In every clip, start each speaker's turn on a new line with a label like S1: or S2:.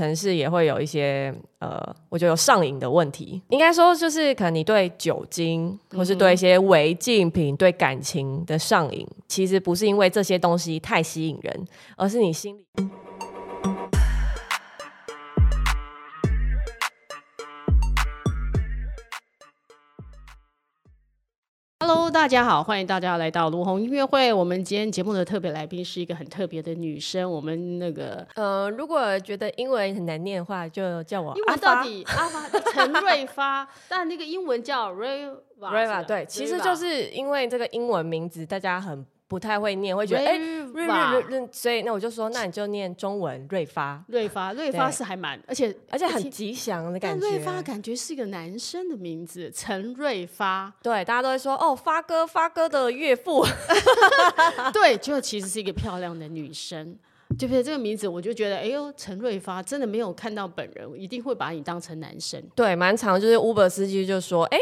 S1: 城市也会有一些呃，我觉得有上瘾的问题。应该说，就是可能你对酒精，或是对一些违禁品、对感情的上瘾，其实不是因为这些东西太吸引人，而是你心里。
S2: Hello，大家好，欢迎大家来到卢红音乐会。我们今天节目的特别来宾是一个很特别的女生，我们那个
S1: 呃，如果觉得英文很难念的话，就叫我
S2: 英
S1: 阿
S2: 文到
S1: 发。
S2: 底阿发陈瑞发， 但那个英文叫 Riva
S1: Riva 对，其实就是因为这个英文名字大家很不太会念，会觉得哎，瑞瑞
S2: Riva
S1: 瑞，所以那我就说，那你就念中文瑞发，
S2: 瑞发，瑞发
S1: 对
S2: 是还蛮，而且
S1: 而且很吉祥的
S2: 但
S1: 感觉。
S2: 瑞发感觉是一个男生的名字，陈瑞发，
S1: 对，大家都会说哦，发哥，发哥的岳父。
S2: 对，就其实是一个漂亮的女生。对不对？这个名字我就觉得，哎呦，陈瑞发真的没有看到本人，我一定会把你当成男生。
S1: 对，蛮常就是 Uber 司机就说，哎，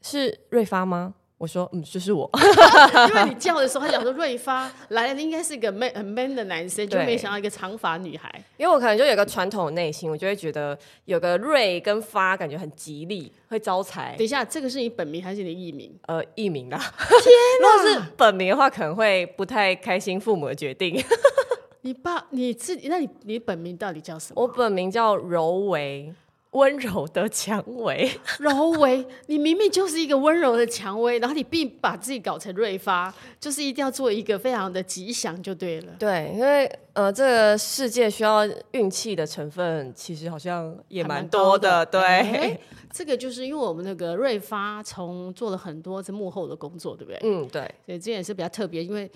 S1: 是瑞发吗？我说，嗯，就是我。
S2: 因为你叫的时候，他想说瑞发来了，应该是一个 man 很 man 的男生，就
S1: 对
S2: 没想到一个长发女孩。
S1: 因为我可能就有个传统的内心，我就会觉得有个瑞跟发感觉很吉利，会招财
S2: 等。一下，这个是你本名还是你的艺名？
S1: 呃，艺名啦。 如果是本名的话，可能会不太开心父母的决定。
S2: 你爸你自己，那你你本名到底叫什么？
S1: 我本名叫柔维，温柔的蔷薇。
S2: 柔薇，你明明就是一个温柔的蔷薇，然后你并把自己搞成瑞发，就是一定要做一个非常的吉祥就对了。
S1: 对，因为呃，这个世界需要运气的成分，其实好像也
S2: 还
S1: 蛮
S2: 高
S1: 多的。对，
S2: 哎这个就是因为我们那个瑞发从做了很多这幕后的工作，对不对？
S1: 嗯，对，
S2: 所以这也是比较特别，因为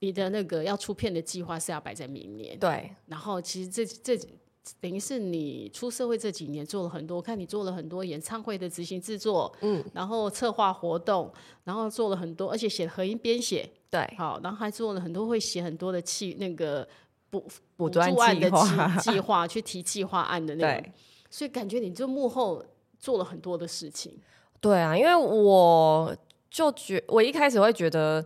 S2: 你的那个要出片的计划是要摆在明年。
S1: 对，
S2: 然后其实这这等于是你出社会这几年做了很多，我看你做了很多演唱会的执行制作，嗯，然后策划活动，然后做了很多，而且写合音编写，
S1: 对，
S2: 好，然后还做了很多会写很多的计那个补
S1: 补
S2: 助
S1: 专
S2: 案
S1: 计
S2: 的
S1: 划，
S2: 计计划，去提计划案的那
S1: 对
S2: 个，，所以感觉你这幕后做了很多的事情，
S1: 对啊，因为我就觉，我一开始会觉得，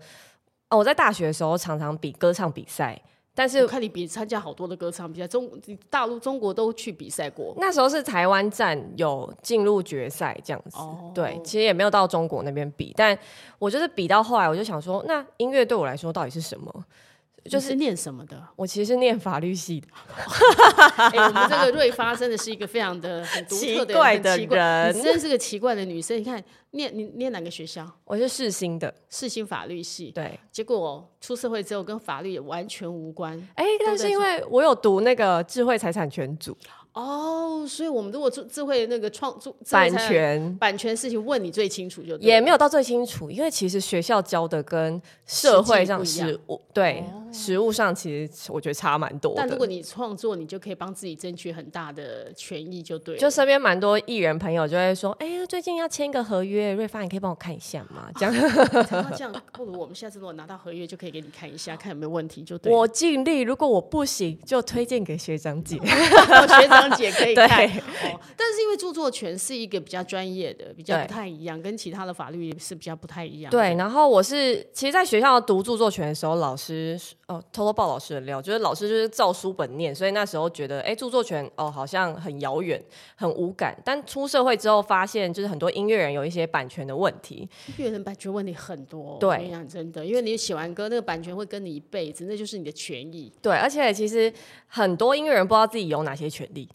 S1: 哦，我在大学的时候常常比歌唱比赛，但
S2: 我
S1: 是
S2: 看你比参加好多的歌唱比赛，中大陆、中国都去比赛过，
S1: 那时候是台湾站有进入决赛这样子。
S2: 哦
S1: 对，其实也没有到中国那边比，但我就是比到后来，我就想说，那音乐对我来说到底是什么？
S2: 就是念什么的？
S1: 我其实是念法律系的。
S2: 哎、我们这 个瑞发真的是一个非常的很独特
S1: 奇
S2: 的、
S1: 怪
S2: 很
S1: 的
S2: 奇怪
S1: 人
S2: 你真是个奇怪的女生。你看，念你念哪个学校？
S1: 我是世新的，
S2: 世新法律系，
S1: 对，
S2: 结果出社会之后跟法律也完全无关
S1: 哎、但是
S2: 在
S1: 因为我有读那个智慧财产权组
S2: 哦。所以，我们如果智智慧那个创智智慧
S1: 版
S2: 财产
S1: 权，
S2: 版权事情问你最清楚就对了
S1: 也没有到最清楚，因为其实学校教的跟社会上
S2: 实际不一哦
S1: 实物对、实物上，其实我觉得差蛮多
S2: 但如果
S1: 的。
S2: 你创作，你就可以帮自己争取很大的权益，就对了。
S1: 就身边蛮多艺人朋友就会说，哎、呀，最近要签个合约，瑞发你可以帮我看一下吗？这样、
S2: 常常这样，不如我们下次如果拿到合约，就可以给你看一 下，看有没有问题，就对了。
S1: 我尽力，如果我不行，就推荐给学长姐。
S2: 学长姐可 以看。
S1: 对
S2: 哦，但是因为著作权是一个比较专业的，比较
S1: 对
S2: 不太一样，跟其他的法律是比较不太一样。，
S1: 对，然后我是其实，在学校读著作权的时候，老师哦偷偷爆老师的料，就是老师就是照书本念，所以那时候觉得哎，著作权哦好像很遥远，很无感。但出社会之后，发现就是很多音乐人有一些版权的问题，
S2: 乐人版权问题很多。
S1: 对
S2: 我跟你讲真的，因为你写完歌，那个版权会跟你一辈子，那就是你的权益。
S1: 对，而且其实很多音乐人不知道自己有哪些权利，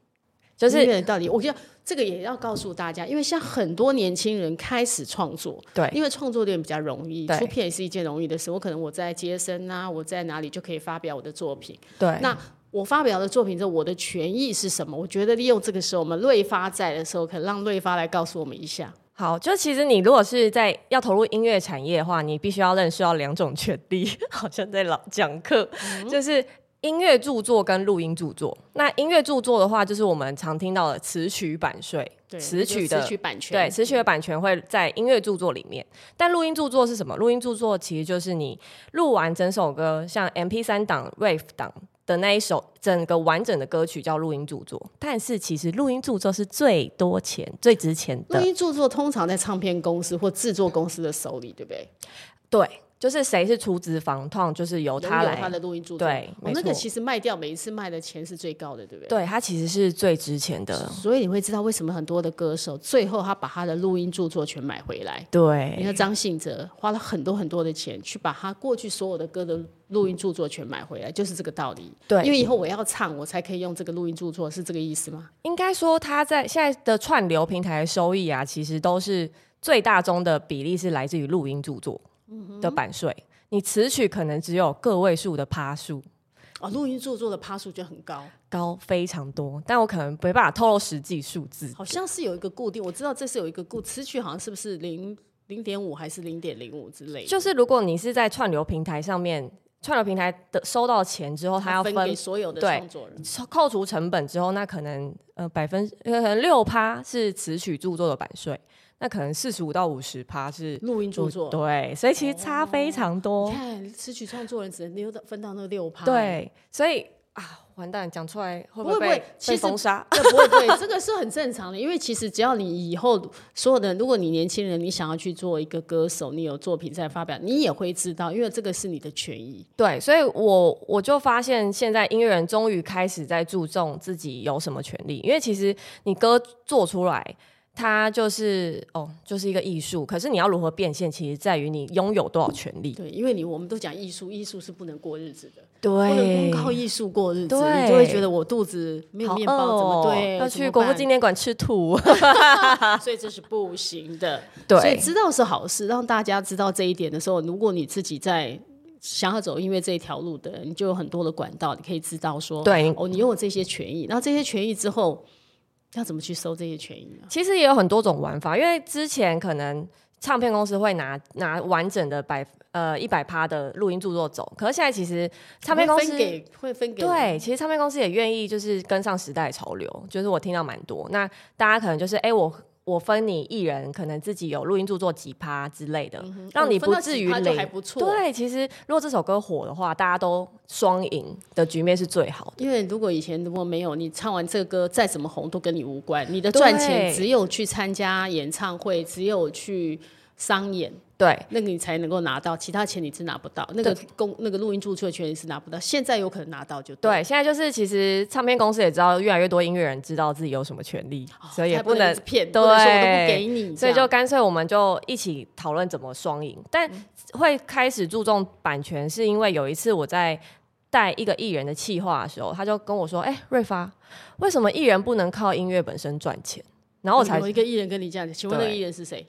S1: 就
S2: 音
S1: 是
S2: 乐人到底，我跟你讲，这个也要告诉大家，因为像很多年轻人开始创作，
S1: 对
S2: 因为创作点比较容易，
S1: 对
S2: 出片也是一件容易的事。我可能我在街声啊，我在哪里就可以发表我的作品。
S1: 对
S2: 那我发表的作品之后，我的权益是什么？我觉得利用这个时候，我们瑞发在的时候，可能让瑞发来告诉我们一下。
S1: 好，就其实你如果是在要投入音乐产业的话，你必须要认识到两种权利， 好像在老讲课，
S2: 嗯
S1: 就是音乐著作跟录音著作。那音乐著作的话，就是我们常听到的词曲版税，
S2: 对，
S1: 词曲
S2: 就
S1: 的
S2: 词曲版权，嗯
S1: 对，词曲的版权会在音乐著作里面，但录音著作是什么？录音著作其实就是你录完整首歌，像 M P 三档、Rave 档的那一首整个完整的歌曲叫录音著作。但是其实录音著作是最多钱、最值钱
S2: 录
S1: 的。
S2: 音著作通常在唱片公司或制作公司的手里，对不对？
S1: 对，就是谁是出资方，通常就是由
S2: 拥
S1: 他
S2: 有
S1: 来
S2: 他的录音著作，
S1: 对
S2: 哦
S1: 没
S2: 那
S1: 错
S2: 个其实卖掉每一次卖的钱是最高的，对不对？
S1: 对，它其实是最值钱的。
S2: 所以你会知道为什么很多的歌手最后他把他的录音著作全买回来。你
S1: 对，
S2: 看张信哲花了很多很多的钱去把他过去所有的歌的录音著作全买回来，就是这个道理。
S1: 对
S2: 因为以后我要唱，我才可以用这个录音著作，是这个意思吗？
S1: 应该说它在现在的串流平台的收益啊，其实都是最大宗的比例是来自于录音著作
S2: 嗯
S1: 的版税。你词曲可能只有个位数的趴数，
S2: 哦，录音著作的趴数就很高，
S1: 高非常多，但我可能没办法透露实际数字。
S2: 好像是有一个固定，我知道这是有一个固词曲，好像是不是零零点五还是零点零五之类的，
S1: 就是如果你是在串流平台上面，串流平台的收到钱之后，它要
S2: 分
S1: 分
S2: 给所有的
S1: 对
S2: 创作人。
S1: 扣除成本之后，那可能呃百分呃可能六趴是词曲著作的版税，那可能四十五到五十趴是
S2: 录音著作哦
S1: 对，所以其实差非常多。
S2: 你看，词曲创作人只能留到分到那六趴，，
S1: 对，所以啊，完蛋，讲出来会
S2: 不会
S1: 会
S2: 不
S1: 被
S2: 会其
S1: 被
S2: 实
S1: 封杀？
S2: 这不会不 会，这个是很正常的，因为其实只要你以后所有的，如果你年轻人，你想要去做一个歌手，你有作品在发表，你也会知道，因为这个是你的权益。
S1: 对，所以我我就发现现在音乐人终于开始在注重自己有什么权利，因为其实你歌做出来。它就是哦，就是一个艺术。可是你要如何变现，其实在于你拥有多少权利。
S2: 对，因为你我们都讲艺术，艺术是不能过日子的，
S1: 对，
S2: 不能光靠艺术过日子，
S1: 对
S2: 你就会觉得我肚子没有
S1: 好
S2: 面
S1: 饿
S2: 包怎么
S1: 哦
S2: 对？
S1: 要
S2: 怎
S1: 去
S2: 么
S1: 国父
S2: 办
S1: 纪念馆吃土。
S2: 所以这是不行的。
S1: 对
S2: 所以知道是好事，让大家知道这一点的时候，如果你自己在想要走音乐这一条路的，你就有很多的管道，你可以知道说，
S1: 对
S2: 哦，你拥有这些权益，那这些权益之后要怎么去收这些权益呢？
S1: 其实也有很多种玩法，因为之前可能唱片公司会拿拿完整的百呃一百趴的录音著作走，可是现在其实唱片公
S2: 会
S1: 司
S2: 分给会分给
S1: 对，其实唱片公司也愿意就是跟上时代潮流，就是我听到蛮多。那大家可能就是哎、我我分你一人，可能自己有录音著作几趴之类的，让你
S2: 嗯哦分
S1: 不
S2: 到
S1: 至
S2: 几
S1: 于
S2: 趴就还
S1: 零。
S2: 不错。
S1: 对，其实如果这首歌火的话，大家都双赢的局面是最好的。
S2: 因为如果以前如果没有你唱完这个歌再怎么红都跟你无关，你的
S1: 对
S2: 赚钱只有去参加演唱会，只有去商演，
S1: 对，
S2: 那个你才能够拿到，其他钱你是拿不到。那个公那个录音著作权你是拿不到，现在有可能拿到就了。
S1: 对，现在就是其实唱片公司也知道，越来越多音乐人知道自己有什么权利，所以也
S2: 才哦不
S1: 能
S2: 一直骗，
S1: 对
S2: 不能说我都不给你，
S1: 所以
S2: 这
S1: 就
S2: 样嗯
S1: 干脆我们就一起讨论怎么双赢。但会开始注重版权，是因为有一次我在带一个艺人的企划的时候，他就跟我说：“哎、瑞发，为什么艺人不能靠音乐本身赚钱？”然后我才
S2: 有一个艺人跟你这样，请问那
S1: 对
S2: 个艺人是谁？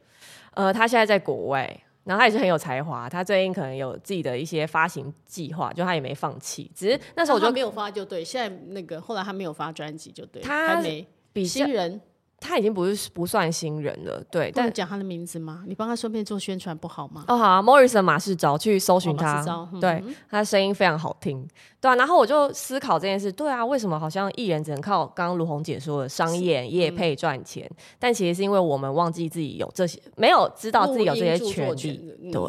S1: 呃，他现在在国外，然后他也是很有才华，他最近可能有自己的一些发行计划，就他也没放弃。只是那时候我
S2: 他
S1: 就
S2: 没有发就对，现在那个后来他没有发专辑就对，
S1: 他
S2: 还没
S1: 比较
S2: 新人，
S1: 他已经不是不算新人了，对，
S2: 不
S1: 但
S2: 能讲他的名字吗？你帮他顺便做宣传不好吗？
S1: 哦，好、啊、，Morrison 马世钊去搜寻
S2: 哦
S1: 他，
S2: 马世钊嗯
S1: 对他声音非常好听，对啊。然后我就思考这件事，对啊，为什么好像艺人只能靠刚刚卢红姐说的商业业配赚钱？但其实是因为我们忘记自己有这些，没有知道自己有这些
S2: 录音著作
S1: 权
S2: 权
S1: 利。
S2: 嗯
S1: 对，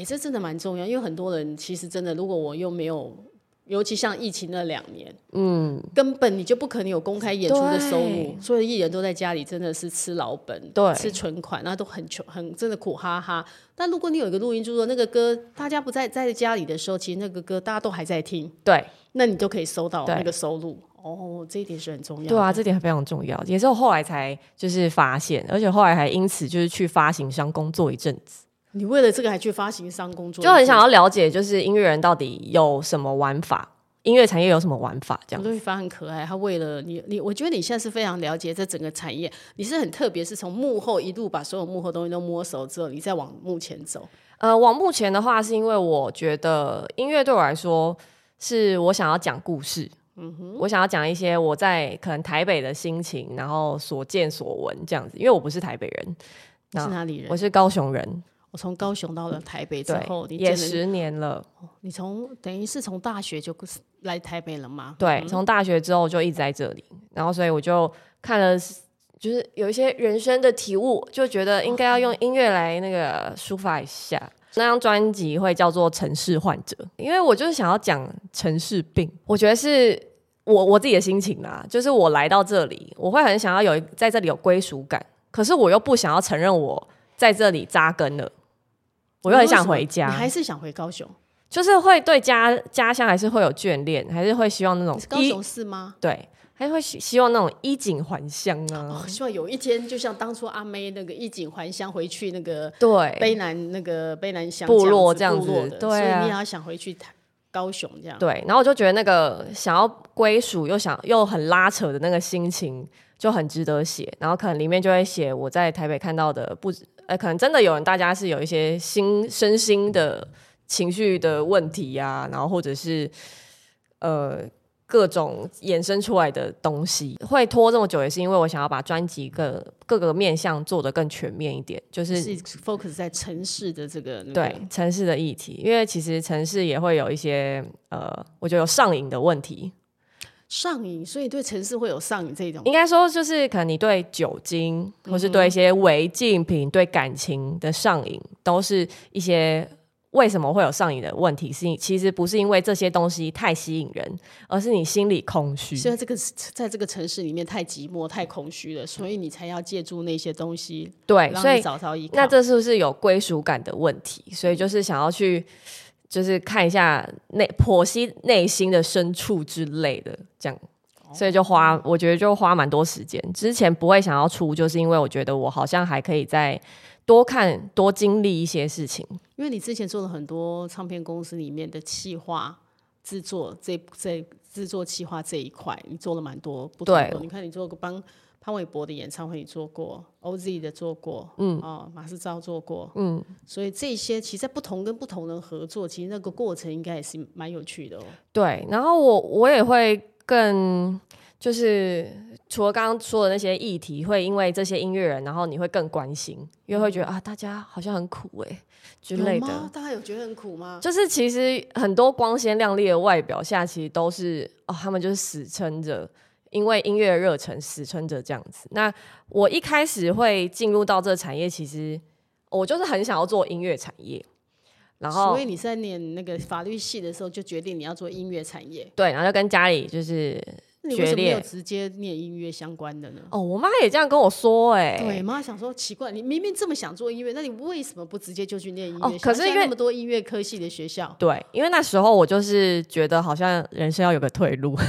S2: 哎、这真的蛮重要，因为很多人其实真的，如果我又没有，尤其像疫情那两年，嗯，根本你就不可能有公开演出的收入，
S1: 对
S2: 所以艺人都在家里真的是吃老本，
S1: 对
S2: 吃存款，那都很穷，很真的苦哈哈。但如果你有一个录音著作，那个歌大家不在在家里的时候，其实那个歌大家都还在听，
S1: 对，
S2: 那你都可以收到
S1: 对
S2: 那个收入。哦，这一点是很重要的。
S1: 对啊，这点非常重要，也是我后来才就是发现，而且后来还因此就是去发行商工作一阵子，
S2: 你为了这个还去发行商工作，
S1: 就很想要了解就是音乐人到底有什么玩法，音乐产业有什么玩法这样
S2: 我。都会发很可爱。他为了你，你我觉得你现在是非常了解这整个产业，你是很特别，是从幕后一路把所有幕后东西都摸熟之后，你再往幕前走。
S1: 呃，往目前的话，是因为我觉得音乐对我来说，是我想要讲故事。
S2: 嗯
S1: 我想要讲一些我在可能台北的心情，然后所见所闻这样子，因为我不是台北人，
S2: 你
S1: 那
S2: 是哪里人？
S1: 啊我
S2: 我
S1: 是高雄人，
S2: 从高雄到了台北之
S1: 对
S2: 后，，你
S1: 也
S2: 真的
S1: 十年了，
S2: 你从等于是从大学就来台北了吗？
S1: 对，从大学之后就一直在这里，然后所以我就看了，就是有一些人生的体悟，就觉得应该要用
S2: 哦
S1: 音乐来那个抒发一下。那张专辑会叫做《城市患者》，因为我就是想要讲城市病，我觉得是我我自己的心情啦，就是我来到这里，我会很想要有一在这里有归属感，可是我又不想要承认我在这里扎根了。我又很
S2: 你为
S1: 想
S2: 什么
S1: 回家
S2: 你，还是想回高雄？
S1: 就是会对家家乡还是会有眷恋，还是会希望那种
S2: 是高
S1: 衣
S2: 雄市吗？
S1: 对，还是会希希望那种衣锦还乡啊
S2: 哦，，希望有一天，就像当初阿妹那个衣锦还乡回去那个
S1: 对
S2: 卑南那个卑南乡
S1: 部落
S2: 这样
S1: 这样子
S2: 部落的
S1: 对
S2: 所以
S1: 啊
S2: 你也要想回去台高雄这样。
S1: 对，然后我就觉得那个想要归属又想又很拉扯的那个心情就很值得写，然后可能里面就会写我在台北看到的不止，呃，可能真的有人大家是有一些心身心的情绪的问题呀、然后或者是呃各种衍生出来的东西，会拖这么久也是因为我想要把专辑各各个面向做得更全面一点，就是
S2: 是 focus 在城市的这个、那个、
S1: 对城市的议题，因为其实城市也会有一些呃，我觉得有上瘾的问题。
S2: 上瘾，所以对城市会有上瘾这种
S1: 应。该说就是可能你对酒精，或是对一些违禁品、对感情的上瘾，都是一些为什么会有上瘾的问题。是你其实不是因为这些东西太吸引人，而是你心里空虚。
S2: 现在这个在这个城市里面太寂寞、太空虚了，所以你才要借助那些东西，
S1: 对，所
S2: 让
S1: 以
S2: 你找到依靠。
S1: 那这是不是有归属感的问题？所以就是想要去，就是看一下内剖析内心的深处之类的，这样。
S2: 哦
S1: 所以就花，我觉得就花蛮多时间。之前不会想要出，就是因为我觉得我好像还可以再多看、多经历一些事情。
S2: 因为你之前做了很多唱片公司里面的企划、制作这这制作企划这一块，你做了蛮多不同
S1: 对
S2: 的。你看，你做过帮潘玮柏的演唱会，你做过 OZ 的做过，嗯，哦，马世昭做过，嗯，所以这些其实在不同跟不同人合作，其实那个过程应该也是蛮有趣的哦。
S1: 对，然后我我也会更就是除了刚刚说的那些议题，会因为这些音乐人，然后你会更关心，因为会觉得啊，大家好像很苦哎、之类
S2: 嗯有
S1: 的。
S2: 吗？大家有觉得很苦吗？
S1: 就是其实很多光鲜亮丽的外表下，其实都是哦，他们就是死撑着，因为音乐的热忱死撑着这样子。那我一开始会进入到这个产业，其实我就是很想要做音乐产业，然后
S2: 所以你在念那个法律系的时候，就决定你要做音乐产业。
S1: 对，然后就跟家里就是
S2: 那你为
S1: 决
S2: 什么没有
S1: 裂
S2: 直接念音乐相关的呢？
S1: 哦，我妈也这样跟我说、欸，
S2: 对，妈想说奇怪，你明明这么想做音乐，那你为什么不直接就去念音乐？
S1: 哦可是
S2: 像
S1: 因为，
S2: 那么多音乐科系的学校
S1: 对，因为那时候我就是觉得好像人生要有个退路，
S2: 嗯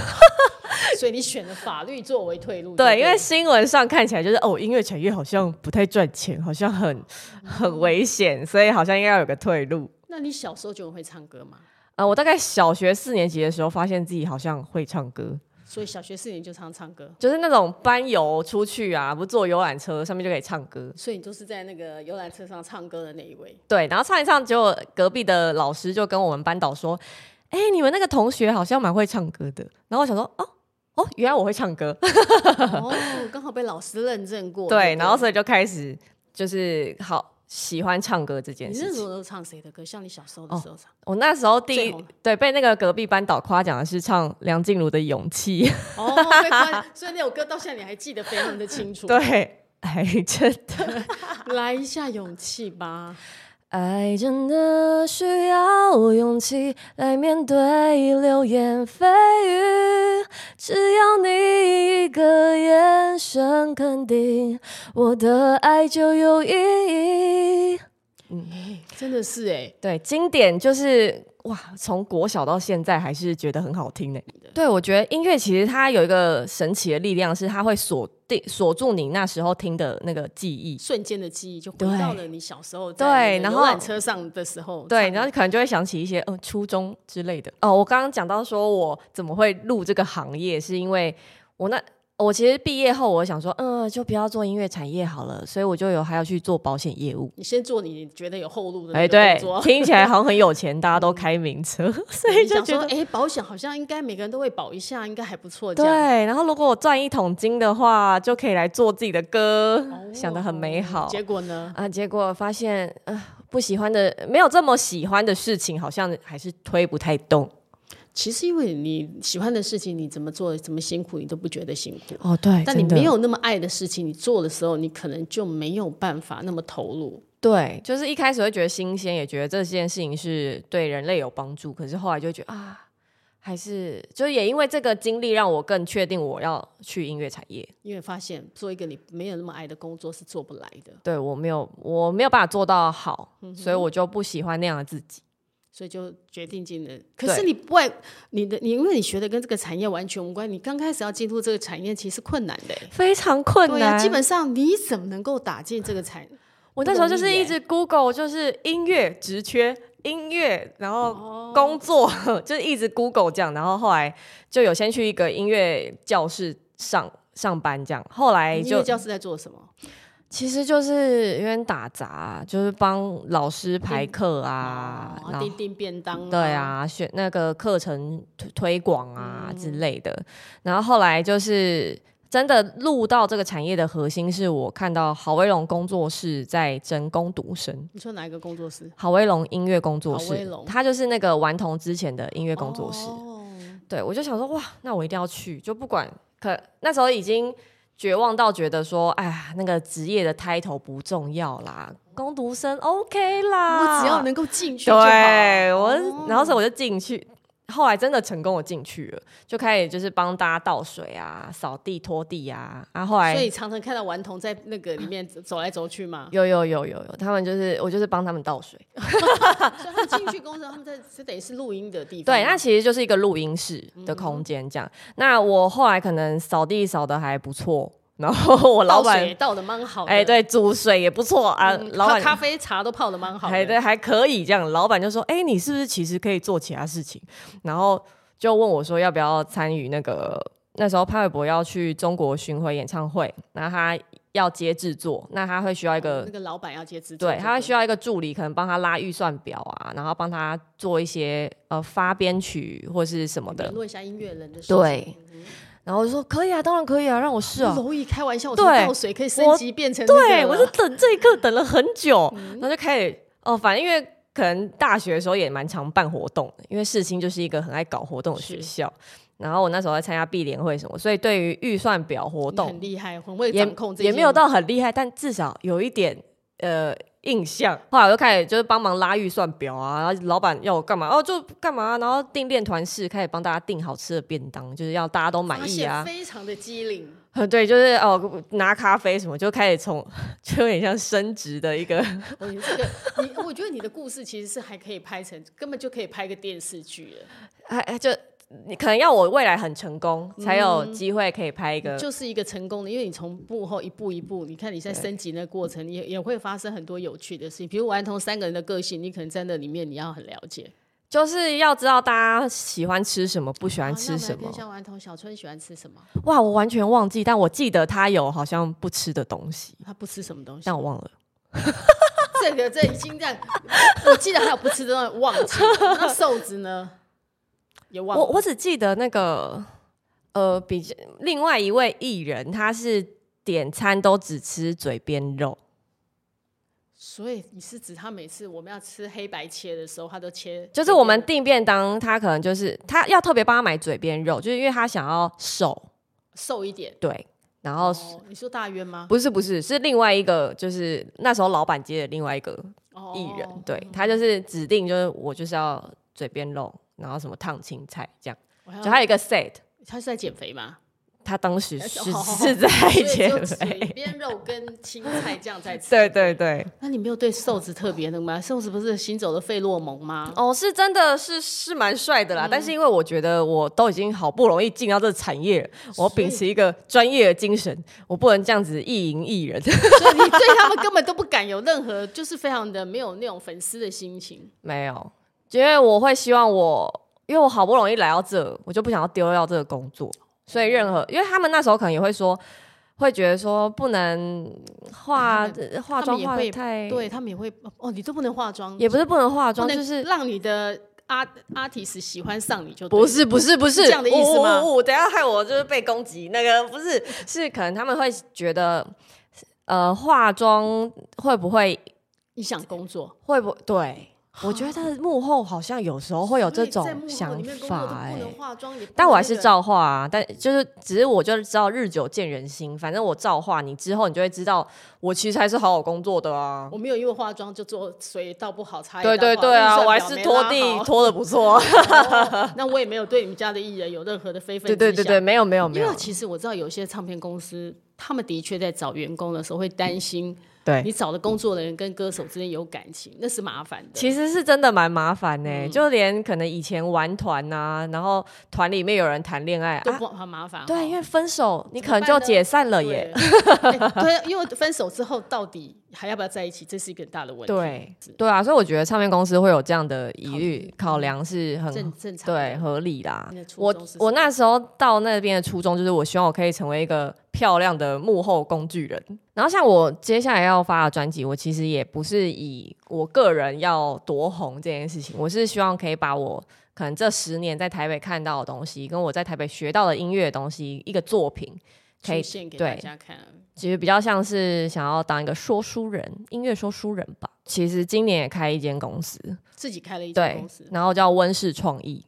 S2: 所以你选了法律作为退路。
S1: 对，
S2: 不
S1: 因为新闻上看起来就是哦，音乐产业好像不太赚钱，好像很
S2: 嗯
S1: 很危险，所以好像应该要有个退路。
S2: 那你小时候就很会唱歌 嘛，
S1: 呃，我大概小学四年级的时候，发现自己好像会唱歌，
S2: 所以小学四年就常唱歌，
S1: 就是那种班游出去啊，不是坐游览车上面就可以唱歌。
S2: 所以你就是在那个游览车上唱歌的那一 位。
S1: 对，然后唱一唱，结果隔壁的老师就跟我们班导说：“哎、你们那个同学好像蛮会唱歌的。”然后我想说：“哦哦，原来我会唱歌。”
S2: 哦，刚好被老师认证过。
S1: 对，
S2: 不
S1: 然后所以就开始就是好喜欢唱歌这件
S2: 你
S1: 事
S2: 那时
S1: 情。
S2: 候都唱谁的歌？像你小时候的时候唱
S1: 我那时候第
S2: 最
S1: 一
S2: 红
S1: 对被那个隔壁班导夸奖的是唱梁静茹的《勇气》，
S2: 哦，被关所以那首歌到现在你还记得非常的清 楚。，
S1: 对，哎，真的，
S2: 来一下勇气吧。
S1: 爱真的需要勇气来面对流言蜚语，只要你一个眼神肯定，我的爱就有意义。
S2: 真的是哎、
S1: 对，经典就是哇，从国小到现在还是觉得很好听欸呢。对，我觉得音乐其实它有一个神奇的力量，是它会锁定锁住你那时候听的那个记忆。
S2: 瞬间的记忆就回
S1: 对
S2: 到了你小时候
S1: 对
S2: 在那
S1: 然
S2: 个
S1: 后
S2: 游览车上的时候唱的。
S1: 对，然后可能就会想起一些嗯、呃初中之类的。哦，我刚刚讲到说我怎么会入这个行业，是因为我那我其实毕业后，我想说，嗯、就不要做音乐产业好了，所以我就有还要去做保险业务。
S2: 你先做你觉得有后路的
S1: 哎，
S2: 那个
S1: 对
S2: 工 作，， 啊嗯
S1: 听起来好像很有钱，大家都开名车，所以
S2: 你
S1: 就
S2: 想
S1: 觉
S2: 说
S1: 得，
S2: 哎，保险好像应该每个人都会保一下，应该还不错。这样
S1: 对，然后如果我赚一桶金的话，就可以来做自己的歌，
S2: 哦
S1: 想得很美好。
S2: 结果呢？
S1: 啊，结果发现，呃，不喜欢的，没有这么喜欢的事情，好像还是推不太动。
S2: 其实因为你喜欢的事情，你怎么做怎么辛苦，你都不觉得辛苦。
S1: 哦，对
S2: 但你没有那么爱的事情，你做的时候，你可能就没有办法那么投入。
S1: 对，就是一开始会觉得新鲜，也觉得这件事情是对人类有帮助，可是后来就觉得啊，还是就是也因为这个经历，让我更确定我要去音乐产业。
S2: 因为发现做一个你没有那么爱的工作是做不来的，
S1: 对我没有，我没有办法做到好，所以我就不喜欢那样的自己。
S2: 所以就决定进了。可是你不外你的你，因为你学的跟这个产业完全无关，你刚开始要进入这个产业其实困难的、欸。
S1: 非常困
S2: 对
S1: 难，
S2: 啊，基本上你怎么能够打进这个产？
S1: 我那时候就是一直 Google，就是音乐职缺、音乐，然后工作， 就是一直 Google 这样。然后后来就有先去一个音乐教室上上班这样，后来
S2: 音乐
S1: 哎就
S2: 教室在做什么？
S1: 其实就是有点打杂，啊就是帮老师排课啊，
S2: 哦
S1: 然后
S2: 订订便当、
S1: 对，啊，选那个课程推推广啊
S2: 嗯
S1: 之类的。然后后来就是真的入到这个产业的核心，是我看到郝威龙工作室在征工读生。
S2: 你说哪一个工作室？
S1: 郝威龙音乐工作
S2: 郝威
S1: 室
S2: 龙，
S1: 他就是那个顽童之前的音乐工作室。
S2: 哦
S1: 对我就想说，哇，那我一定要去，就不管可那时候已经绝望到觉得说，哎呀，那个职业的 title 不重要啦，工读生 OK 啦，
S2: 我只要能够进去就好。
S1: 对我，
S2: 哦
S1: 然后所以我就进去，后来真的成功，我进去了，就开始就是帮大家倒水啊、扫地、拖地啊，然后后来
S2: 所以常常看到顽童在那个里面走来走去嘛。
S1: 有有有有有，他们就是我就是帮他们倒水，
S2: 所以他们进去工作，他们在是等于是录音的地方。嗯
S1: 对，那其实就是一个录音室的空间这样。那我后来可能扫地扫的还不错，然后我老
S2: 倒
S1: 板
S2: 水倒的蛮好的。
S1: 哎、对煮水也不错啊，
S2: 嗯，
S1: 老
S2: 咖咖
S1: 板。
S2: 啡茶都泡的蛮好的。
S1: 还对，还可以这样。老板就说：“哎、你是不是其实可以做其他事情？”然后就问我说：“要不要参与那个？那时候潘玮柏要去中国巡回演唱会，那他要接制作，那他会需要一个
S2: 那个老板要接哦制作，
S1: 对，他会需
S2: 要
S1: 要一个助理，可能帮他拉预算表啊，然后帮他做一些呃发编曲或是什么的
S2: 评。论一下音乐人的事情。
S1: 对，然后我就说可以啊，当然可以啊，让我试啊。
S2: 蝼蚁开玩笑，我
S1: 对
S2: 从倒水可以升级变成那个嗯
S1: 对，我
S2: 了
S1: 是等这一刻等了很久，然后就开始哦，反正因为可能大学的时候也蛮常办活动的，因为世新就是一个很爱搞活动的学
S2: 是
S1: 校。然后我那时候在参加毕联会什么，所以对于预算表活
S2: 你
S1: 动
S2: 很厉害，很会
S1: 也
S2: 掌控这些
S1: 也没有到很厉害，但至少有一点呃印
S2: 嗯
S1: 象。后来我就开始就是帮忙拉预算表啊，然后老板要我干嘛哦就干嘛、然后订练团式，开始帮大家订好吃的便当，就是要大家都满
S2: 发
S1: 意
S2: 现
S1: 啊。
S2: 非常的机灵，
S1: 呃， 对，就是哦，拿咖啡什么就开始从，就有点像升职的一个，
S2: 哦你这个你，我觉得你的故事其实是还可以拍成，根本就可以拍个电视剧了，
S1: 哎哎，就你可能要我未来很成功，才有机会可以拍一个。
S2: 嗯就是一个成功的，因为你从幕后一步一步，你看你在升级那个过程，也也会发生很多有趣的事情，比如顽童三个人的个性，你可能在那里面你要很了解，
S1: 就是要知道大家喜欢吃什么，不喜欢
S2: 啊那
S1: 吃
S2: 我们来
S1: 什
S2: 看
S1: 么
S2: 一。下顽童小春喜欢吃什么？
S1: 哇，我完全忘记，但我记得他有好像不吃的东西，
S2: 他不吃什么东西？
S1: 但我忘了。
S2: 这个这已经这样，我记得还有不吃的东西忘记了，那瘦子呢也忘
S1: 我
S2: 了。
S1: 我只记得那个呃，比较另外一位艺人，他是点餐都只吃嘴边肉。
S2: 所以你是指他每次我们要吃黑白切的时候，他都切，
S1: 就是我们订便当，他可能就是他要特别帮他买嘴边肉，就是因为他想要瘦，
S2: 瘦一点。
S1: 对，然后、
S2: 哦，你说大冤吗？
S1: 不是不是是另外一个，就是那时候老板接的另外一个
S2: 哦
S1: 艺人，对他就是指定就是我就是要嘴边肉，然后什么烫青菜这样，
S2: 我还
S1: 就
S2: 要
S1: 他有一个 set，
S2: 他是在减肥嘛？
S1: 他当 时是、
S2: 哦
S1: 是在
S2: 所以
S1: 减
S2: 就
S1: 肥，
S2: 嘴边肉跟青菜这样在吃。
S1: 对对对，
S2: 那你没有对瘦子特别的吗？瘦子不是行走的费洛蒙吗？
S1: 哦，是真的是是蛮帅的啦，
S2: 嗯
S1: 但是因为我觉得我都已经好不容易进到这个产业了，我秉持一个专业的精神，我不能这样子意淫艺 人。
S2: 所以你对他们根本都不敢有任何，就是非常的没有那种粉丝的心情。
S1: 没有，因为我会希望我，因为我好不容易来到这，我就不想要丢掉这个工作，所以任何，
S2: 嗯
S1: 因为他们那时候可能也会说，会觉得说不能化化
S2: 他
S1: 妆
S2: 们也
S1: 化的
S2: 会
S1: 太，
S2: 对他们也会哦，你都不能化妆，
S1: 也不是不能化
S2: 不
S1: 妆，
S2: 能
S1: 就是
S2: 让你的阿阿提斯喜欢上你就对
S1: 不是不是不是
S2: 是这样的意思吗
S1: 我、等一下害我就是被攻击，那个不是 是可能他们会觉得，呃，化妆会不会
S2: 影响工作
S1: 会不对？我觉得幕后好像有时候会有这种
S2: 所以在幕后
S1: 想
S2: 里面工作都
S1: 法、哎
S2: 不能化妆，也不
S1: 但我
S2: 能
S1: 还
S2: 那
S1: 是
S2: 个
S1: 照画啊，但就是只是我就是知道日久见人心，反正我照画你之后，你就会知道我其实还是好好工作的啊。
S2: 我没有因为化妆就做，所以倒不好擦一
S1: 对
S2: 道不哎好。
S1: 对对啊，
S2: 预算
S1: 我还
S2: 表
S1: 是
S2: 没
S1: 拖
S2: 拉
S1: 地
S2: 好
S1: 拖的不错。
S2: 那我也没有对你们家的艺人有任何的非分
S1: 对对对对，没有没有没
S2: 因
S1: 有
S2: 为，其实我知道有些唱片公司，他们的确在找员工的时候会担心
S1: 对，
S2: 你找的工作人员跟歌手之间有感情，那是麻烦的。
S1: 其实是真的蛮麻烦呢、就连可能以前玩团呐、啊，然后团里面有人谈恋爱
S2: 都
S1: 啊，
S2: 不很麻烦。
S1: 对，因为分手你
S2: 怎
S1: 可
S2: 么
S1: 能就
S2: 办呢
S1: 解散了
S2: 对
S1: 耶。
S2: 哎 对，因为分手之后到底还要不要在一起，这是一个很大的问题。
S1: 对
S2: 是
S1: 对啊，所以我觉得唱片公司会有这样的疑虑考量是很
S2: 正正常的
S1: 对，合理啦
S2: 你的。初
S1: 我
S2: 衷是什么
S1: 我那时候到那边的初衷就是，我希望我可以成为一个漂亮的幕后工具人。然后像我接下来要发的专辑，我其实也不是以我个人要多红这件事情，我是希望可以把我可能这十年在台北看到的东西，跟我在台北学到的音乐的东西，一个作品可
S2: 出
S1: 以，
S2: 现给
S1: 对
S2: 大家看。
S1: 其实比较像是想要当一个说书人，音乐说书人吧。其实今年也开一间公司，
S2: 自己开了一间
S1: 对
S2: 公司，，
S1: 然后叫温室创意。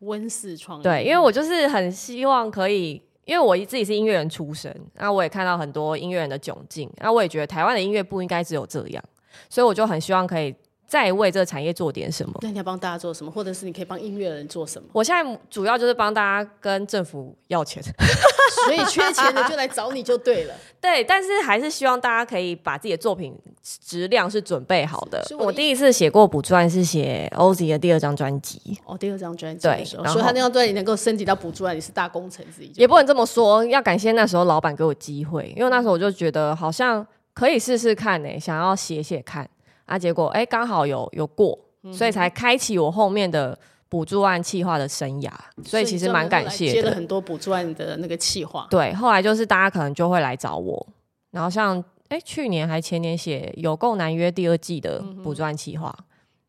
S2: 温室创意。
S1: 对，因为我就是很希望可以，因为我自己是音乐人出身，那我也看到很多音乐人的窘境，那我也觉得台湾的音乐不应该只有这样，所以我就很希望可以再为这个产业做点什么。
S2: 那你要帮大家做什么，或者是你可以帮音乐人 做什么？
S1: 我现在主要就是帮大家跟政府要钱，
S2: 所以缺钱的就来找你就对了。
S1: 对，但是还是希望大家可以把自己的作品质量是准备好的
S2: 是。我的
S1: 我
S2: 意
S1: 第一次写过补传是写 OZ 的第二张专辑，
S2: 哦，第二张专辑的时候，
S1: 对然
S2: 所以他
S1: 后
S2: 那张专辑能够升级到补助案，也是大工程之一。
S1: 也不能这么说，要感谢那时候老板给我机会，因为那时候我就觉得好像可以试试看呢、欸想要写写看啊，结果哎、诶刚好有有过，
S2: 嗯
S1: 所以才开启我后面的补助案企划的生涯，所以其实蛮感
S2: 所以
S1: 谢
S2: 你知道后来接了
S1: 的。
S2: 很多补助案的那个企划，
S1: 对，后来就是大家可能就会来找我，然后像哎、诶去年还前年写《有够难约》第二季的补助案企划，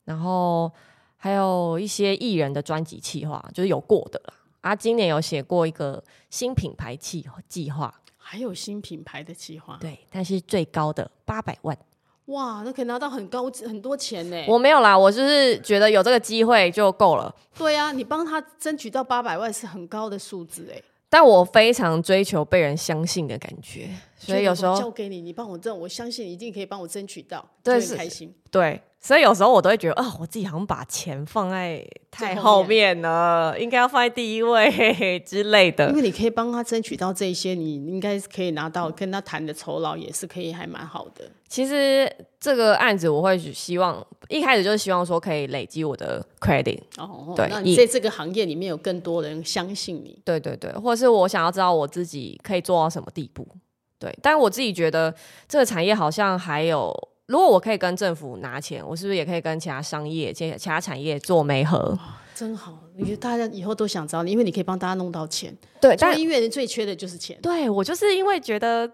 S1: 然后还有一些艺人的专辑企划，就是有过的啦。啊，今年有写过一个新品牌计计划，
S2: 还有新品牌的企划。
S1: 对，但是最高的八百万，
S2: 哇，那可以拿到很高很多钱呢。
S1: 我没有啦，我就是觉得有这个机会就够了。
S2: 对啊，你帮他争取到八百万是很高的数字哎，
S1: 但我非常追求被人相信的感觉，所以有时
S2: 我交
S1: 候
S2: 给你，你帮我挣，我相信你一定可以帮我争取到，
S1: 对
S2: 就很
S1: 是
S2: 开心。
S1: 对，所以有时候我都会觉得啊、我自己好像把钱放在太后面了，应该要放在第一位嘿嘿之类
S2: 因
S1: 的。
S2: 为你可以帮他争取到这一些，你应该是可以拿
S1: 嗯
S2: 到跟他谈的酬劳，也是可以还蛮好的。
S1: 其实这个案子我会希望一开始就是希望说可以累积我的 credit，
S2: 哦，
S1: 对
S2: 那你
S1: 一
S2: 在这个行业里面有更多人相信你，
S1: 对对对，或是我想要知道我自己可以做到什么地步。对，但我自己觉得这个产业好像还有，如果我可以跟政府拿钱，我是不是也可以跟其他商业、其其他产业做媒合？
S2: 真好。你觉得大家以后都想找你，因为你可以帮大家弄到钱。
S1: 对，
S2: 做
S1: 但
S2: 音乐人最缺的就是钱，
S1: 对我就是因为觉得，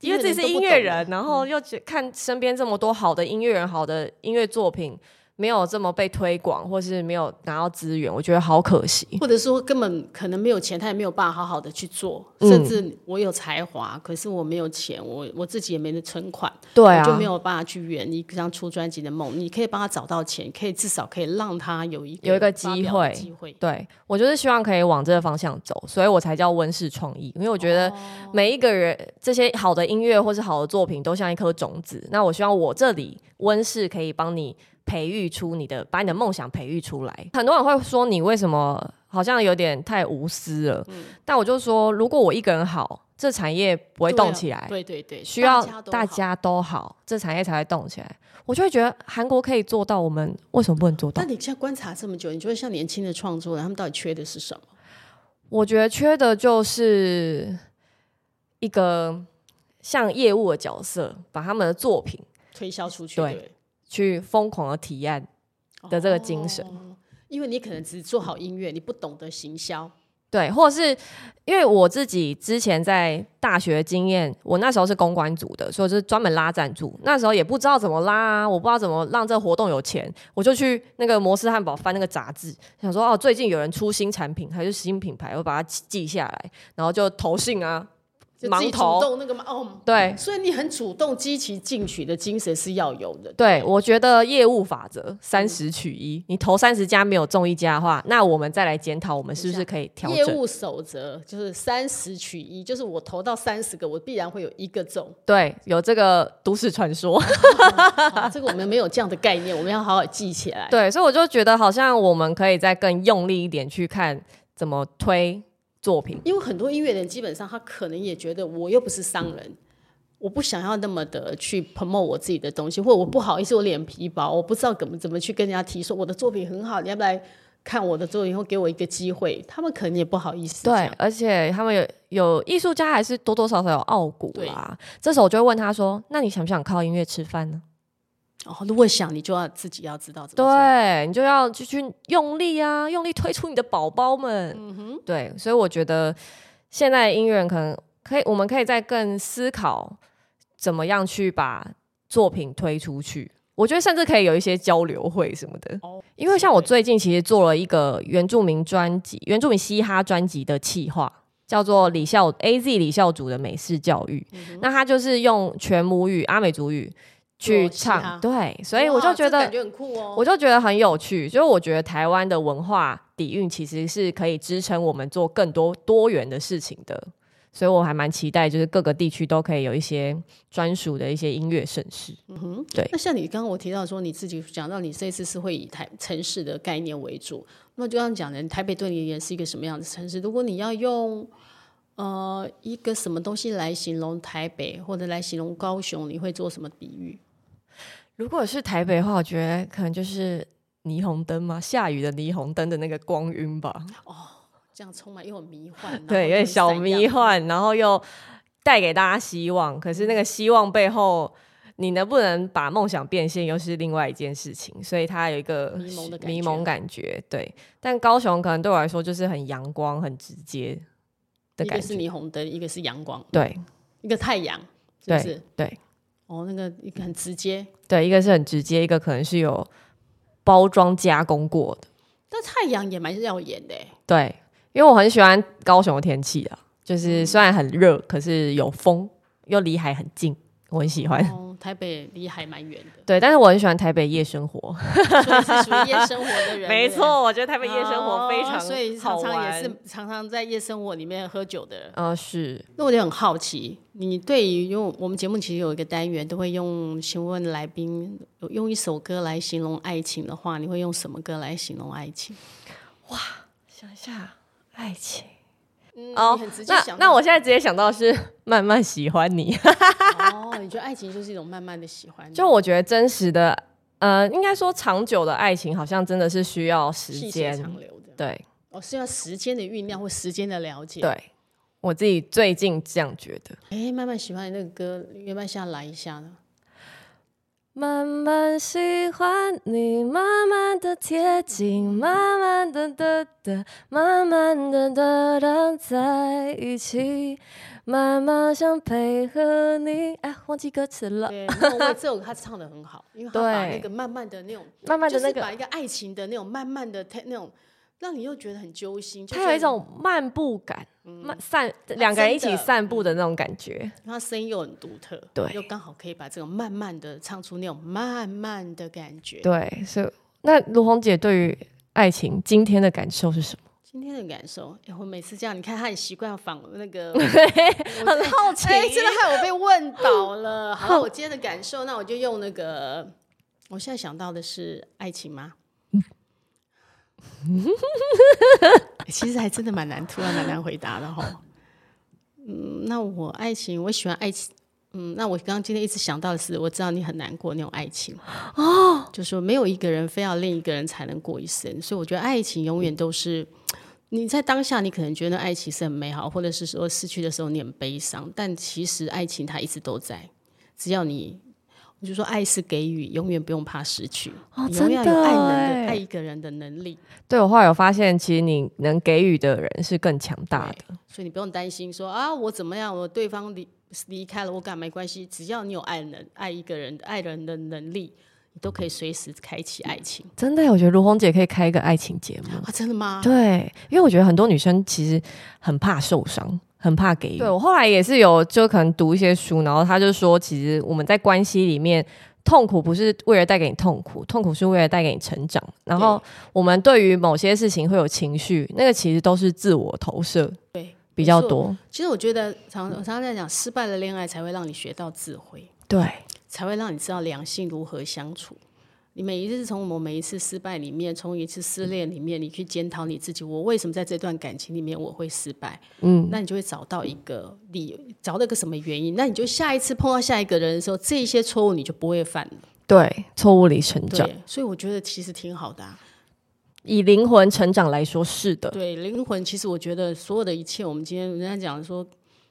S1: 因为自己是音乐人，然后又觉看身边这么多好的音乐人、好的音乐作品没有这么被推广，或是没有拿到资源，我觉得好可惜。
S2: 或者说根本可能没有钱，他也没有办法好好的去做。
S1: 嗯
S2: 甚至我有才华，可是我没有钱，我我自己也没得存款，
S1: 对
S2: 我就
S1: 啊
S2: 没，有办法去圆一张出专辑的梦。你可以帮他找到钱，可以至少可以让他有一个
S1: 有一个
S2: 发
S1: 机
S2: 表的
S1: 会
S2: 机会。
S1: 对我就是希望可以往这个方向走，所以我才叫温室创意，因为我觉
S2: 哦
S1: 得每一个人这些好的音乐或是好的作品都像一颗种子，那我希望我这里温室可以帮你培育出你的，把你的梦想培育出来。很多人会说你为什么好像有点太无私了，
S2: 嗯
S1: 但我就说，如果我一个人好，这产业不会
S2: 对
S1: 动
S2: 啊
S1: 起来。
S2: 对对对，
S1: 需要
S2: 都
S1: 大
S2: 好
S1: 家都好，这产业才会动起来。我就会觉得韩国可以做到，我们为什么不能做到
S2: 那？你现在观察这么久，你觉得像年轻的创作人，他们到底缺的是什么？
S1: 我觉得缺的就是一个像业务的角色，把他们的作品
S2: 推销出去
S1: 对
S2: 对
S1: 去疯狂的提案
S2: 不
S1: 的
S2: 对
S1: 这个精神。
S2: 哦因为你可能只做好音乐，你不懂得行销，
S1: 对，或者是因为我自己之前在大学经验，我那时候是公关组的，所以我就是专门拉赞助。那时候也不知道怎么拉啊，我不知道怎么让这活动有钱，我就去那个摩斯汉堡翻那个杂志，想说哦，最近有人出新产品还是新品牌，我把它记下来，然后就投信啊，
S2: 就自己
S1: 盲
S2: 主
S1: 投，
S2: 动那个嘛，哦，
S1: 对
S2: 所以你很主动、积极进取的精神是要有的。
S1: 对，嗯我觉得业务法则三十取一，你投三十家没有中一家的话，那我们再来检讨我们是不是可以调
S2: 业
S1: 整。
S2: 务守则就是三十取一，就是我投到三十个，我必然会有一个中。
S1: 对，有这个都市传说。
S2: 好这个我们没有这样的概念，我们要好好记起来。
S1: 对，所以我就觉得好像我们可以再更用力一点去看怎么推作品。
S2: 因为很多音乐人基本上他可能也觉得我又不是商人，我不想要那么的去 promote 我自己的东西，或者我不好意思，我脸皮薄，我不知道怎么怎么去跟人家提说我的作品很好，你要不要来看我的作品，或给我一个机会？他们可能也不好意思这
S1: 对
S2: 样。，
S1: 而且他们有有艺术家还是多多少少有傲骨
S2: 对
S1: 啦。这时候我就会问他说：“那你想不想靠音乐吃饭呢
S2: 哦，如果想你就要自己要知道？”怎么做。
S1: 对，你就要去去用力啊，用力推出你的宝宝们。
S2: 嗯哼，
S1: 对，所以我觉得现在的音乐人可能可以，我们可以再更思考怎么样去把作品推出去。我觉得甚至可以有一些交流会什么的，
S2: 哦
S1: 因为像我最近其实做了一个原住民专辑、原住民嘻哈专辑的企划，叫做李孝 A Z 李孝祖的美式教育。
S2: 嗯
S1: 那他就是用全母语阿美族语去
S2: 做嘻
S1: 唱，
S2: 哈
S1: 对，所以我就
S2: 哇
S1: 觉
S2: 这
S1: 得
S2: 感觉很酷哦。
S1: 我就觉得很有趣，就是我觉得台湾的文化底蕴其实是可以支撑我们做更多多元的事情的，所以我还蛮期待，就是各个地区都可以有一些专属的一些音乐盛事。对
S2: 那像你刚刚我提到说，你自己讲到你这次是会以台城市的概念为主，那就像讲的，台北对你而言是一个什么样的城市？如果你要用呃一个什么东西来形容台北，或者来形容高雄，你会做什么比喻？
S1: 如果是台北的话，我觉得可能就是霓虹灯嘛，下雨的霓虹灯的那个光晕吧，
S2: 这样充满又有迷幻，然后
S1: 对，有点小
S2: 又有
S1: 迷幻，然后又带给大家希望，可是那个
S2: 嗯
S1: 希望背后。你能不能把梦想变现，又是另外一件事情，所以它有一个
S2: 迷蒙的感
S1: 迷
S2: 觉
S1: 蒙感觉。对，但高雄可能对我来说就是很阳光、很直接的
S2: 散样，
S1: 感
S2: 一个是
S1: 觉。
S2: 霓虹灯，一个是阳光，
S1: 对
S2: 一个太阳，是
S1: 对
S2: 不是？
S1: 对
S2: 哦，那个一个很直接，
S1: 对，一个是很直接，一个可能是有包装加工过的。
S2: 但太阳也蛮耀眼的欸。
S1: 对，因为我很喜欢高雄的天气啊，
S2: 嗯
S1: 就是虽然很热，可是有风，又离海很近，我很喜欢。
S2: 哦，台北离海蛮远的，
S1: 对，但是我很喜欢台北夜生活。
S2: 所以是属于夜生活的 人。
S1: 没
S2: 对不对
S1: 错，我觉得台北夜生活非常、
S2: 哦所以常
S1: 好
S2: 常也
S1: 玩
S2: 是常常在夜生活里面喝酒的。
S1: 呃是
S2: 那我就很好奇，你对于因为我们节目其实有一个单元都会用询问来宾用一首歌来形容爱情的话，你会用什么歌来形容爱情？
S1: 想一下爱情
S2: 嗯
S1: 哦
S2: 你很直，接
S1: 那
S2: 想到
S1: 那我现在直接想到的是 慢慢喜欢你，
S2: 哦，你觉得爱情就是一种慢慢的喜欢，
S1: 就我觉得真实的呃，应该说长久的爱情好像真的是需要时
S2: 细水
S1: 间，
S2: 长流的。
S1: 对
S2: 哦，是要时间的酝酿或时间的了解。，
S1: 对，我自己最近这样觉得。
S2: 哎，慢慢喜欢你那个歌，要不要先来一下呢？
S1: 慢慢喜欢你，慢慢的贴近，慢慢的的的，慢慢的的的在一起，慢慢想配合你。哎，忘记歌词了。
S2: 对，那我为这首歌他唱的很好，因为他把
S1: 对
S2: 那个慢慢的那种
S1: 慢慢的那
S2: 就是
S1: 个，
S2: 把一个爱情的那种慢慢的那种，让你又觉得很揪心，就嗯啊
S1: 它有一
S2: 觉得
S1: 种漫步感，慢散两个人一起散步的那种感觉。
S2: 他声音又很独特，
S1: 对
S2: 又刚好可以把这种慢慢的唱出那种慢慢的感觉。
S1: 对，所以那卢红姐对于爱情今天的感受是什 么？
S2: 今天的感受，哎，我每次这样，你看他很习惯访那个，
S1: 很好奇，
S2: 哎，真的害我被问倒 了。好，我今天的感受，那我就用那个，我现在想到的是爱情 吗？哎其实还真的蛮难，突然蛮难回答的哈。嗯，那我爱情，我喜欢爱情。嗯，那我刚刚今天一直想到的是，我知道你很难过那种爱情哦，就说没有一个人非要另一个人才能过一生，所以我觉得爱情永远都是你在当下，你可能觉得爱情是很美好，或者是说失去的时候你很悲伤，但其实爱情它一直都在，只要你，我就说爱是给予，永远不用怕失去，
S1: 哦
S2: 你永远要
S1: 真
S2: 有
S1: 的
S2: 爱能
S1: 哎
S2: 的爱一个人的能力。
S1: 对我后来有发现，其实你能给予的人是更强大的。
S2: 所以你不用担心说啊，我怎么样，我对方离离开了，我干没关系，只要你有爱能爱一个人爱人的能力，你都可以随时开启爱情
S1: 真的耶，我觉得卢红姐可以开一个爱情节目。
S2: 啊！真的吗？
S1: 对，因为我觉得很多女生其实很怕受伤，
S3: 很怕给予。
S1: 对我后来也是有，就可能读一些书，然后他就说，其实我们在关系里面，痛苦不是为了带给你痛苦，痛苦是为了带给你成长。然后我们对于某些事情会有情绪，那个其实都是自我投射
S2: 对，
S1: 比较
S2: 没错
S1: 多。
S2: 其实我觉得常我常常在讲，失败的恋爱才会让你学到智慧，
S1: 对，
S2: 才会让你知道两性如何相处。你每一次从我们每一次失败里面，从一次失恋里面，你去检讨你自己，我为什么在这段感情里面我会失败？嗯，那你就会找到一个理由，找到一个什么原因？那你就下一次碰到下一个人的时候，这一些错误你就不会犯了。
S1: 对，错误里成长，
S2: 对，所以我觉得其实挺好的、啊。
S1: 以灵魂成长来说，是的，
S2: 对灵魂，其实我觉得所有的一切，我们今天人家讲说，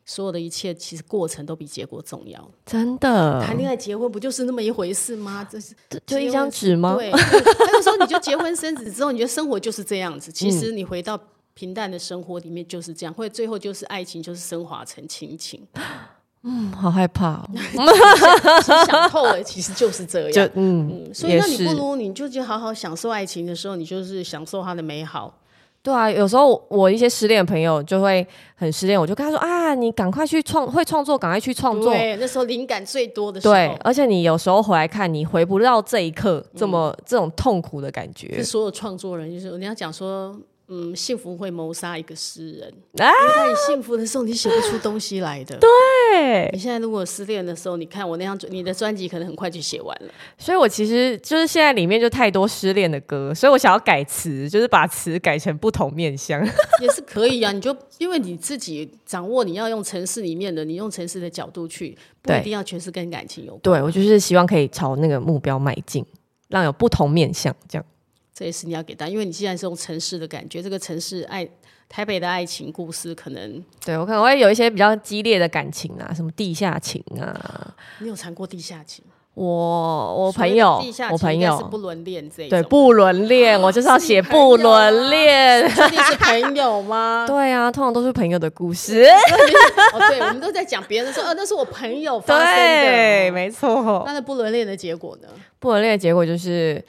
S2: 所有的一切其实过程都比结果重要。
S1: 真的
S2: 谈，恋爱、结婚不就是那么一回事吗？这是
S1: 嗯就一张
S2: 结
S1: 纸吗
S2: 婚？对，对还有时候你就结婚生子之后，你觉得生活就是这 样子。
S1: 嗯
S2: 其实你回到平淡的生活里面就是这样，或者最后就是爱情就是升华成亲情。
S1: 嗯好害怕哦，
S2: 其实想透了，其实就是这
S1: 就
S2: 样。
S1: 嗯，
S2: 嗯所以
S1: 也
S2: 那你
S1: 是
S2: 不。如你就去好好享受爱情的时候，你就是享受它的美好。
S1: 对啊，有时候我一些失恋的朋友就会很失恋，我就跟他说啊，你赶快去创，会创作，赶快去创作。
S2: 对，那时候灵感最多的时候。
S1: 对，而且你有时候回来看，你回不到这一刻这么、这种痛苦的感觉
S2: 是。所有创作人，就是人家讲说，嗯，幸福会谋杀一个诗人，
S1: 啊
S2: 因为在你幸福的时候，你写不出东西来的。对，
S1: 对，
S2: 你现在如果失恋的时候，你看我那张专，你的专辑可能很快就写完了。
S1: 所以我其实就是现在里面就太多失恋的歌，所以我想要改词，就是把词改成不同面 向。
S2: 也是可以啊，你就因为你自己掌握，你要用城市里面的，你用城市的角度去，不
S1: 对
S2: 一定要全是跟感情有关，
S1: 对我就是希望可以朝那个目标迈进，让有不同面向这样。
S2: 这也是你要给大家，因为你既然是用城市的感觉，这个城市爱台北的爱情故事，可能
S1: 对我可能会有一些比较激烈的感情啊，什么地下情啊，
S2: 你有谈过地下情，
S1: 我我
S2: 所谓
S1: 朋
S2: 的
S1: 友
S2: 地下，
S1: 我
S2: 情
S1: 朋
S2: 应该是
S1: 友
S2: 不伦恋这一
S1: 对
S2: 种，
S1: 不伦恋，我就是要
S2: 啊是你
S1: 写
S2: 朋
S1: 不
S2: 友啊
S1: 伦恋。
S2: 确定是朋友吗？
S1: 对啊，通常都是朋友的故事。
S2: 哦，对，我们都在讲别人说，呃，那是我朋友发生
S1: 对，
S2: 的。哦
S1: 没错。
S2: 那那不伦恋的结果呢？
S1: 不伦恋的结果就是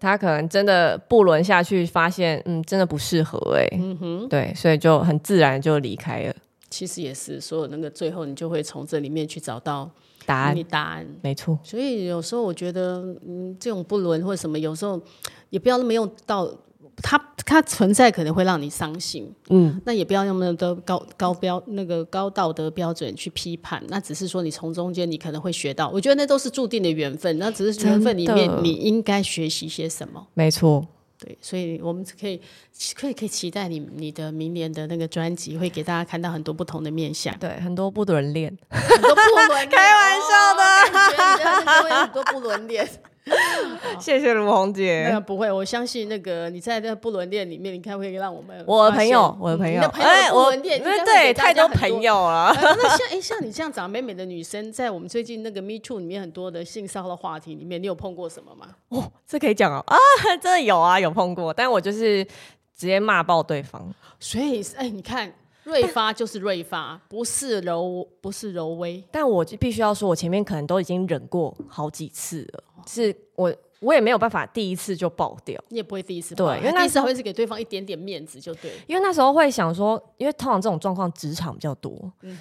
S1: 他可能真的不伦下去，发现嗯，真的不适合哎、
S2: 嗯哼，
S1: 对，所以就很自然就离开了。
S2: 其实也是，所有那个最后你就会从这里面去找到
S1: 答案
S2: 你答案。
S1: 没错，
S2: 所以有时候我觉得，嗯，这种不伦或者什么，有时候也不要那么用到它，它存在可能会让你伤心。
S1: 嗯，
S2: 那也不要用那么多高高标那个高道德标准去批判，那只是说你从中间你可能会学到，我觉得那都是注定的缘分，那只是缘分里
S1: 真
S2: 面
S1: 的
S2: 你应该学习些什么。
S1: 没 错。，
S2: 对，所以我们可以可以可以期待你你的明年的那个专辑会给大家看到很多不同的面相
S1: 对，很多不伦恋。
S2: 很多不伦
S1: 开玩笑的
S2: 的，感觉你的那个会有很多不伦恋。
S1: 谢谢卢红
S2: 那
S1: 姐
S2: 个，不会，我相信那个你在那个不伦恋里面，你看会让我们
S1: 我的
S2: 发
S1: 朋
S2: 现
S1: 友，我的
S2: 嗯
S1: 朋
S2: 你
S1: 友，哎
S2: 的朋友的不
S1: 我
S2: 伦恋应该会
S1: 对
S2: 给大
S1: 太
S2: 家
S1: 多
S2: 很
S1: 朋友了。
S2: 哎 那像哎、像你这样长美美的女生，在我们最近那个 Me Too 里面很多的性骚扰的话题里面，你有碰过什么吗？
S1: 哦，这可以讲哦啊， 真的有啊，有碰过，但我就是直接骂爆对方。
S2: 所以哎、你看瑞发就是瑞发，不是柔不是柔薇，
S1: 但我就必须要说，我前面可能都已经忍过好几次了，是我我也没有办法第一次就爆掉，
S2: 你也不会第一次
S1: 对
S2: 吧
S1: 因为那
S2: 第一
S1: 时
S2: 次
S1: 候
S2: 还会是给对方一点点面子就对。
S1: 因为那时候会想说，因为通常这种状况职场比较多，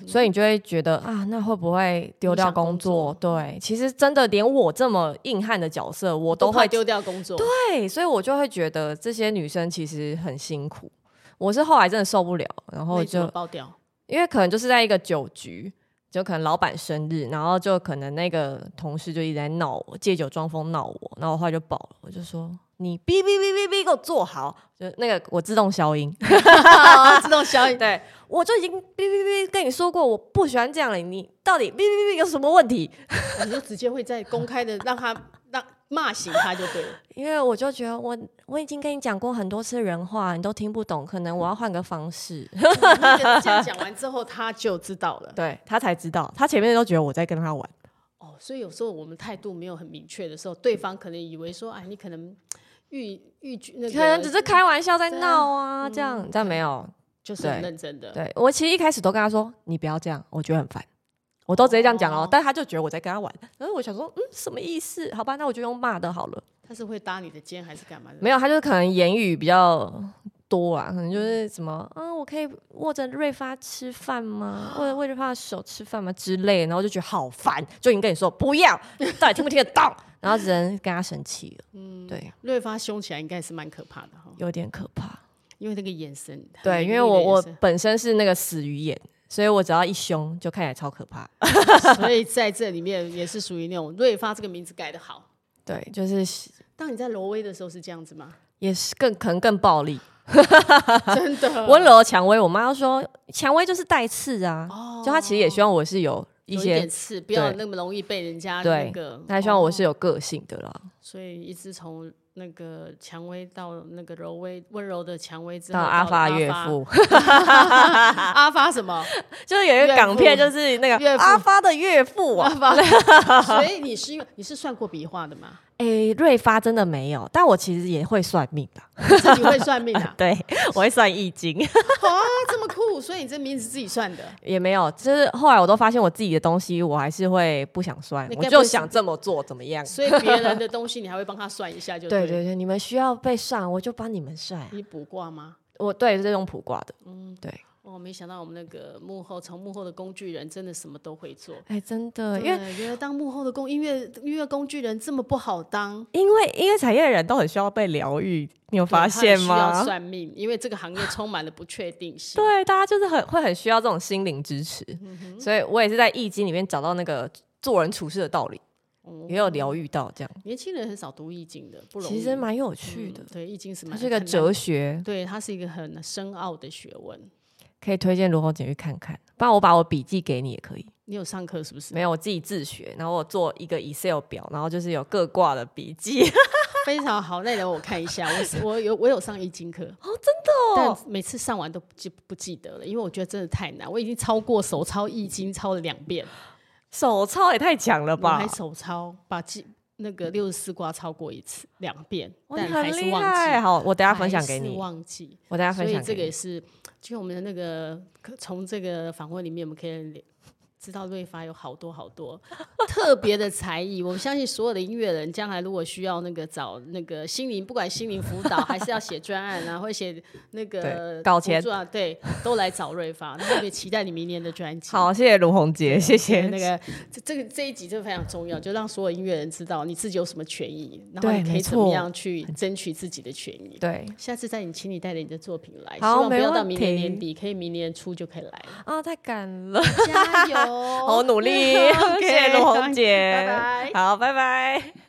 S1: 所以你就会觉得啊，那会不会丢掉工作？对，其实真的连我这么硬汉的角色，我 都
S2: 怕
S1: 会
S2: 丢掉工作，
S1: 对，啊所以我就会觉得这些女生其实很辛苦。我是后来真的受不了，然
S2: 那
S1: 后
S2: 你怎么
S1: 就
S2: 爆掉。
S1: 因为可能就是在一个酒局，就可能老板生日，然后就可能那个同事就一直在闹我，借酒装疯闹我，然后我后来就爆了，我就说你哔哔哔哔哔给我坐好，就那个我自动消音，
S2: 自动消音，
S1: 对我就已经哔哔哔跟你说过我不喜欢这样了，你到底哔哔哔有什么问题？
S2: 你就直接会在公开的让他让骂醒他就对了。
S1: 因为我就觉得我我已经跟你讲过很多次人话，你都听不懂，可能我要换个方式。
S2: 这样讲完之后，他就知道了。
S1: 对他才知道，他前面都觉得我在跟他玩。
S2: 哦，所以有时候我们态度没有很明确的时候，对方可能以为说，哎，你可能欲欲举那个，
S1: 可能只是开玩笑在
S2: 对啊
S1: 闹啊，这样，但没有，
S2: 就是
S1: 对
S2: 很认真的。
S1: 对我其实一开始都跟他说，你不要这样，我觉得很烦，我都直接这样讲了哦，
S2: 哦
S1: 但他就觉得我在跟他玩，然后我想说，嗯，什么意思？好吧，那我就用骂的好了。
S2: 他是会搭你的肩还是干嘛的？
S1: 没有，他就是可能言语比较多啊，可能就是什么啊，我可以握着瑞发吃饭吗？握着握着他的手吃饭吗？之类的，然后就觉得好烦，就已经跟你说不要，到底听不听得到？然后只能跟他生气了。嗯，对，
S2: 瑞发凶起来应该是蛮可怕的哈，
S1: 有点可怕。
S2: 因为那个眼神，
S1: 对，因为我我本身是那个死鱼眼，所以我只要一凶就看起来超可怕。
S2: 我，所以在这里面也是属于那种瑞发这个名字改的好。
S1: 对，就是
S2: 当你在挪威的时候是这样子吗？
S1: 也是更可能更暴力。
S2: 真的，
S1: 温柔的蔷薇，我妈说蔷薇就是带刺啊，
S2: 哦
S1: 就她其实也希望我是有一
S2: 有
S1: 些，
S2: 点刺，不要
S1: 对
S2: 那么容易被人家
S1: 对
S2: 那个。
S1: 她希望我是
S2: 哦
S1: 有个性的啦。
S2: 所以一直从那个蔷薇到那个柔薇温柔的蔷薇之后，
S1: 到阿发岳父，
S2: 阿发，阿发什么？
S1: 就是有一个港片，就是那
S2: 岳
S1: 个
S2: 父
S1: 阿发的岳父 啊。
S2: 所以你是因为你是算过笔画的吗？
S1: 哎，瑞发真的没有，但我其实也会算命的，
S2: 自己会算命 啊？
S1: 对我会算易经，
S2: 啊，这么酷！所以你这名字自己算的，
S1: 也没有。就是后来我都发现我自己的东西，我还是会不想算
S2: 你，该
S1: 我
S2: 不
S1: 就
S2: 会是
S1: 想这么做怎么样。
S2: 所以别人的东西你还会帮他算一下就
S1: 对
S2: 对
S1: 对对，你们需要被算，我就帮你们算。
S2: 你卜卦吗？
S1: 我对是用卜卦的，嗯，对。
S2: 哦，没想到我们那个幕后从幕后的工具人真的什么都会做，
S1: 哎，真的，因为
S2: 对原来当幕后的工音乐音乐工具人这么不好当，
S1: 因为音乐产业的人都很需要被疗愈，你有发
S2: 对他也
S1: 现
S2: 需要
S1: 吗？
S2: 算命，因为这个行业充满了不确定性。
S1: 对，大家就是很会很需要这种心灵支持，
S2: 嗯
S1: 所以我也是在易经里面找到那个做人处事的道理，
S2: 哦
S1: 也有疗愈到这样，
S2: 年轻人很少读易经的，不容易。
S1: 其实蛮有趣的
S2: 嗯。对，易经是
S1: 它
S2: 蛮
S1: 是个
S2: 很难
S1: 哲学，
S2: 对，它是一个很深奥的学问。
S1: 可以推荐卢侯简去看看。不然我把我笔记给你也可以。
S2: 你有上课是不是？
S1: 没有，我自己自学，然后我做一个 Excel 表，然后就是有各卦的笔记。
S2: 非常好，那等我看一下。我是我有我有上易经课哦，真的、但每次上完都不记不记得了，因为我觉得真的太难，我已经超过手抄易经抄了两遍，
S1: 手抄也太强了
S2: 我
S1: 吧
S2: 还！手抄把记那个六十四卦抄过一次两遍，
S1: 哇
S2: 但
S1: 你
S2: 还
S1: 很
S2: 是
S1: 厉
S2: 忘
S1: 害。
S2: 记。
S1: 好，我等一下分享给
S2: 还是
S1: 你。
S2: 忘记，
S1: 我等一下
S2: 所
S1: 分
S2: 以
S1: 享
S2: 这
S1: 给
S2: 个
S1: 你
S2: 也。是，就我们的那个可从这个访问里面，我们可以知道瑞发有好多好多特别的才艺。我相信所有的音乐人将来如果需要那个找那个心灵，不管心灵辅导还是要写专案啊，或者写那个
S1: 对稿
S2: 补
S1: 钱
S2: 助啊，对，都来找瑞发。那特别期待你明年的专辑。
S1: 好，谢谢卢红杰，谢谢
S2: 对那个这这个这一集真的非常重要，就让所有音乐人知道你自己有什么权益，然后
S1: 对
S2: 你可以
S1: 没
S2: 怎么
S1: 错
S2: 样去争取自己的权益。
S1: 对
S2: 下次再你，请你带着你的作品来，希
S1: 好
S2: 望不
S1: 没
S2: 要到
S1: 问
S2: 明年
S1: 题
S2: 年底，可以明年初就可以 来了。
S1: 啊，太感了，
S2: 加油，
S1: 哦 好努力，谢谢
S2: OK，
S1: 罗红姐，
S2: 拜拜。
S1: 好，拜拜。